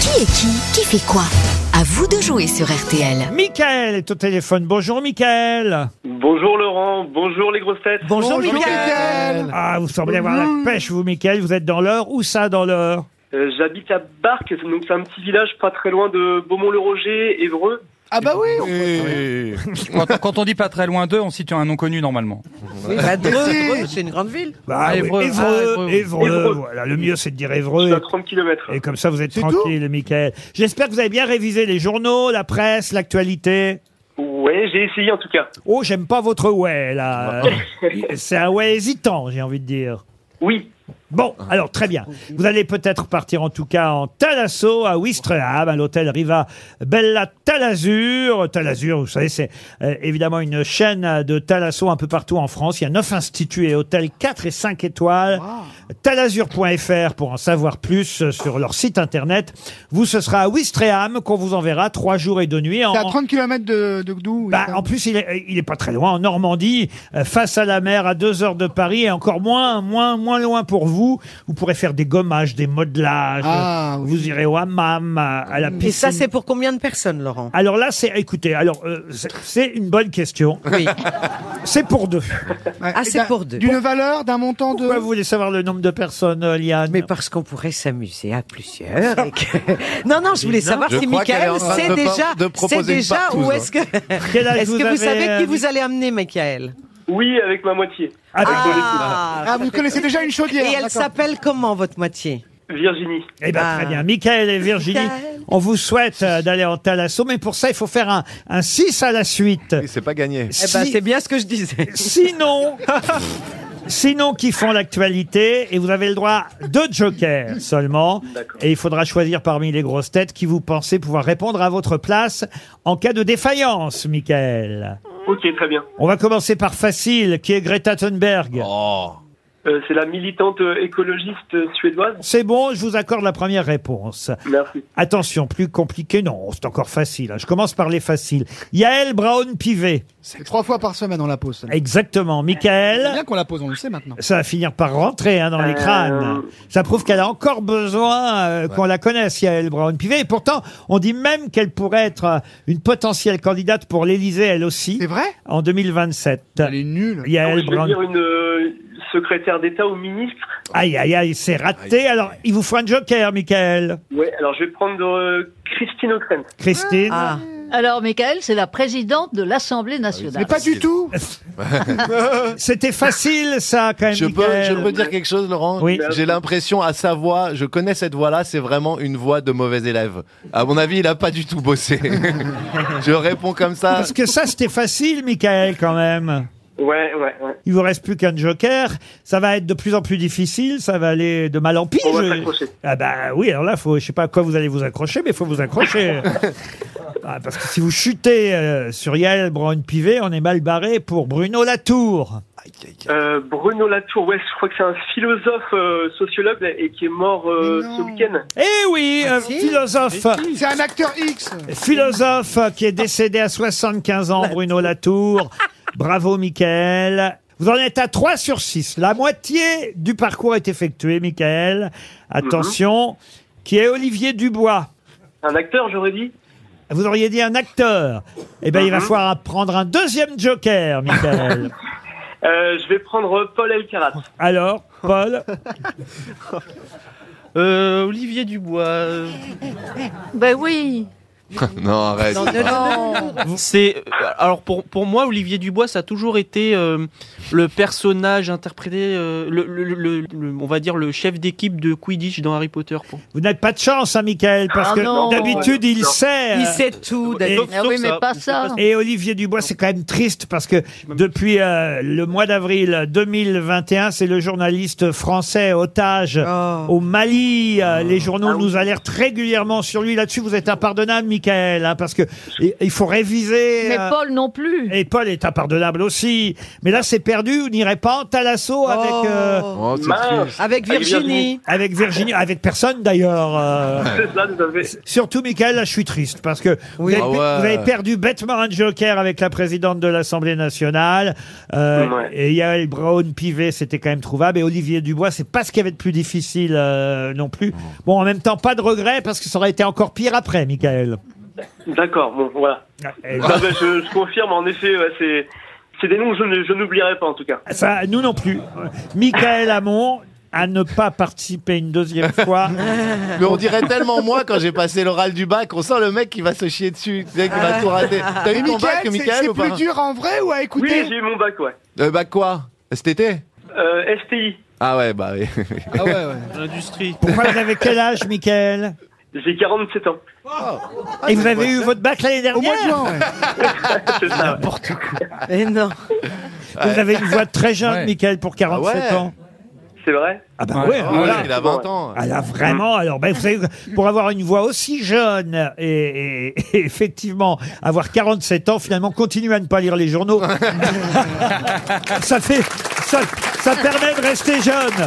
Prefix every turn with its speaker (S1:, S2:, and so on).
S1: Qui est qui Qui fait quoi À vous de jouer sur RTL.
S2: Michael est au téléphone. Bonjour Michael.
S3: Bonjour Laurent, bonjour les grosses têtes.
S4: Bonjour, Mickaël.
S2: Ah, vous semblez avoir la pêche, vous Michael. Vous êtes dans l'heure. Où ça dans l'heure
S3: Euh, J'habite à Barques, donc c'est un petit village pas très loin de Beaumont-le-Roger, Évreux.
S4: Ah bah oui
S5: Et- quand, quand on dit pas très loin d'eux, on situe un inconnu normalement.
S4: bah, Dreux, Dreux, c'est une grande ville.
S2: bah, oui,
S5: Évreux.
S2: Évreux,
S5: Ah, Évreux.
S2: Évreux,
S3: Évreux.
S2: Voilà, le mieux c'est de dire
S3: Je suis à
S2: Évreux.
S3: 30 km.
S2: Et, et comme ça vous êtes tranquille, Michael. J'espère que vous avez bien révisé les journaux, la presse, l'actualité.
S3: Ouais, j'ai essayé en tout cas.
S2: Oh, j'aime pas votre ouais là. C'est un ouais hésitant, j'ai envie de dire.
S3: Oui,
S2: Bon, alors très bien. Vous allez peut-être partir en tout cas en Talasso à Ouistreham, à l'hôtel Riva Bella Talazur. Talazur, vous savez, c'est euh, évidemment une chaîne de Talasso un peu partout en France. Il y a neuf instituts et hôtels 4 et 5 étoiles. Talazur.fr pour en savoir plus euh, sur leur site internet. Vous, ce sera à Ouistreham qu'on vous enverra trois jours et deux nuits. en-
S6: C'est à 30 km de, de Gdou. oui,
S2: bah,
S6: ça.
S2: en plus, il est, il est pas très loin, en Normandie, euh, face à la mer, à deux heures de Paris, et encore moins, moins, moins loin pour vous. Vous pourrez faire des gommages, des modelages.
S6: Ah, oui.
S2: Vous irez au hammam, à, à la piscine.
S4: Et ça, c'est pour combien de personnes, Laurent
S2: Alors là, c'est, écoutez, alors euh, c'est- c'est une bonne question.
S4: Oui.
S2: C'est pour deux.
S6: Ouais.
S4: Ah,
S6: Et
S4: c'est
S6: d'un-
S4: pour deux.
S6: D'une valeur, d'un montant de.
S2: Pourquoi vous voulez savoir le nombre de personnes, euh, Liane
S4: Mais parce qu'on pourrait s'amuser à plusieurs. et que- Non, non, je voulais savoir
S7: Je
S4: si
S7: crois qu'elle est
S4: Michael
S7: en train
S4: sait
S7: de par-
S4: déjà,
S7: de proposer
S4: sait
S7: une
S4: déjà
S7: partouze,
S4: où
S7: hein.
S4: est-ce que.
S2: Quel âge
S4: Est-ce que
S2: avez,
S4: vous savez
S2: euh,
S4: qui vous allez amener, Michael
S3: oui, avec ma moitié.
S2: Ah, ben,
S6: Ah, vous connaissez déjà une
S4: Et
S6: chaudière.
S4: elle
S6: d'accord.
S4: s'appelle comment, votre moitié
S3: Virginie.
S2: Eh ben,
S4: Ah.
S2: très bien. Michael et Virginie,
S4: Michael.
S2: on vous souhaite euh, d'aller en Thalasso, mais pour ça, il faut faire un, un 6 à la suite.
S7: Et c'est pas gagné.
S4: Eh ben,
S2: Si-
S4: c'est bien ce que je disais.
S2: Sinon, sinon qui font l'actualité et vous avez le droit de jokers seulement.
S3: D'accord.
S2: Et il faudra choisir parmi les grosses têtes qui vous pensez pouvoir répondre à votre place en cas de défaillance, Michael.
S3: Ok, très bien.
S2: On va commencer par facile, qui est Greta Thunberg.
S7: Oh.
S3: Euh, c'est la militante euh, écologiste euh, suédoise.
S2: C'est bon, je vous accorde la première réponse.
S3: Merci.
S2: Attention, plus compliqué, non, c'est encore facile. hein. Je commence par les faciles. Yael Brown-Pivet.
S6: C'est trois fois par semaine, on la pose. celle-là.
S2: Exactement,
S6: C'est
S2: Michael.
S6: bien qu'on la pose, on le sait maintenant.
S2: Ça va finir par rentrer hein, dans les
S3: Euh.
S2: crânes. Ça prouve qu'elle a encore besoin euh, qu'on la connaisse, Yael Brown-Pivet. Et pourtant, on dit même qu'elle pourrait être euh, une potentielle candidate pour l'Élysée, elle aussi,
S6: C'est vrai
S2: en 2027.
S6: Elle est nulle.
S2: Yael
S3: je vais
S2: Brown.
S3: dire une euh, secrétaire d'État ou ministre.
S2: Aïe, aïe, aïe, c'est raté. Alors, il vous faut un joker, Michael.
S3: Ouais, alors je vais prendre euh, Christine O'Krent.
S2: Christine.
S4: Ah.
S8: Alors, Michael, c'est la présidente de l'Assemblée nationale.
S6: Mais pas du tout.
S2: C'était facile, ça, quand même,
S7: Je peux,
S2: Michael.
S7: je peux dire quelque chose, Laurent
S2: Oui.
S7: J'ai l'impression à sa voix, je connais cette voix-là, c'est vraiment une voix de mauvais élève. À mon avis, il a pas du tout bossé. je réponds comme ça.
S2: Parce que ça, c'était facile, Michael, quand même.
S3: Ouais, ouais, ouais.
S2: Il vous reste plus qu'un joker. Ça va être de plus en plus difficile. Ça va aller de mal en pire.
S3: On va
S2: Je-
S3: s'accrocher.
S2: Ah bah oui, alors là, faut, je sais pas à quoi vous allez vous accrocher, mais il faut vous accrocher. Ah, parce que si vous chutez euh, sur Yael Braun-Pivet, on est mal barré pour Bruno Latour.
S3: Euh, Bruno Latour, ouais, je crois que c'est un philosophe euh, sociologue là, et qui est mort euh,
S6: Mais non.
S3: ce week-end.
S2: Eh oui, un philosophe.
S6: C'est un acteur X.
S2: Philosophe qui est décédé à 75 ans, Bruno Latour. Bravo, Michael. Vous en êtes à 3 sur 6. La moitié du parcours est effectué, Michael. Attention, qui est Olivier Dubois.
S3: Un acteur, j'aurais dit.
S2: Vous auriez dit un acteur. Eh ben, il va falloir prendre un deuxième joker, Michael.
S3: Euh, je vais prendre euh, Paul Elkarat.
S7: Oh,
S2: Alors, Paul,
S5: Olivier Dubois.
S8: Ben oui.
S7: Non, arrête.
S4: Non, non, non, non.
S9: C'est euh, alors pour, pour moi Olivier Dubois ça a toujours été euh, le personnage interprété euh, le, le- le- le- on va dire le chef d'équipe de Quidditch dans Harry Potter pour
S2: vous n'êtes pas de chance, hein, Michael, parce
S8: Ah
S2: que
S8: non.
S2: d'habitude, il
S3: Non.
S2: sait. euh,
S4: Il sait tout,
S2: Et-
S4: David.
S8: Ah oui, mais pas ça.
S2: Et Olivier Dubois, c'est quand même triste parce que depuis euh, le mois d'avril 2021, c'est le journaliste français otage
S4: Oh.
S2: au Mali. Euh, Les journaux nous alertent régulièrement sur lui. Là-dessus, vous êtes impardonnable, Michael, hein, parce que il il faut réviser.
S8: Mais
S2: euh,
S8: Paul non plus.
S2: Et Paul est impardonnable aussi. Mais là, c'est perdu. Vous n'irez pas en Talasso avec, euh,
S7: Oh, c'est
S3: Mince.
S7: triste.
S4: Avec Virginie.
S2: avec Virginie, avec personne d'ailleurs. euh.
S3: C'est ça, vous avez-
S2: Surtout, Michael, là, je suis triste parce que vous,
S4: Oui.
S2: avez,
S7: Ah ouais.
S2: vous avez perdu bêtement un joker avec la présidente de l'Assemblée nationale. Euh,
S3: Ouais.
S2: Et Yael Brown-Pivet, c'était quand même trouvable. Et Olivier Dubois, c'est pas ce qu'il y avait de plus difficile euh, non plus. Bon, en même temps, pas de regret parce que ça aurait été encore pire après, Michael.
S3: D'accord, bon, voilà.
S2: Et
S3: Ah ben, je, je confirme, en effet, ouais, c'est c'est des noms que je ne- je n'oublierai pas, en tout cas.
S2: Ça, nous non plus. Michael Hamon à ne pas participer une deuxième fois.
S7: Mais on dirait tellement moi quand j'ai passé l'oral du bac, on sent le mec qui va se chier dessus, tu sais, qui va tout rater. T'as eu
S6: Et
S7: ton bac,
S6: Michael, Ah. c'est-
S7: Michael,
S6: c'est
S7: ou pas
S6: plus dur en vrai ou à
S3: Oui,
S6: écouter
S3: j'ai eu mon bac, ouais.
S7: Le bac quoi Cet été
S3: Euh, STI,
S7: Ah ouais, bah oui.
S6: Ah ouais, ouais.
S9: L'industrie.
S2: Pourquoi vous avez quel âge, Michael
S3: j'ai 47 ans.
S2: Et vous avez eu votre bac l'année
S6: Au mois
S2: dernière
S6: de juin, ouais.
S7: Ah,
S3: C'est ça, ouais.
S4: Et Eh non.
S2: Vous avez une voix très jeune,
S5: Ouais.
S2: Michael, pour 47
S7: Ah ouais.
S2: ans.
S3: c'est vrai
S2: Ah bah
S5: Ouais.
S2: ouais,
S7: Ah
S2: alors là-
S7: ouais, il a 20 ans.
S2: Ah là, vraiment, alors, ben, vous savez, pour avoir une voix aussi jeune et, et- et effectivement avoir 47 ans, finalement, continuer à ne pas lire les journaux. ça fait, ça, ça permet de rester jeune.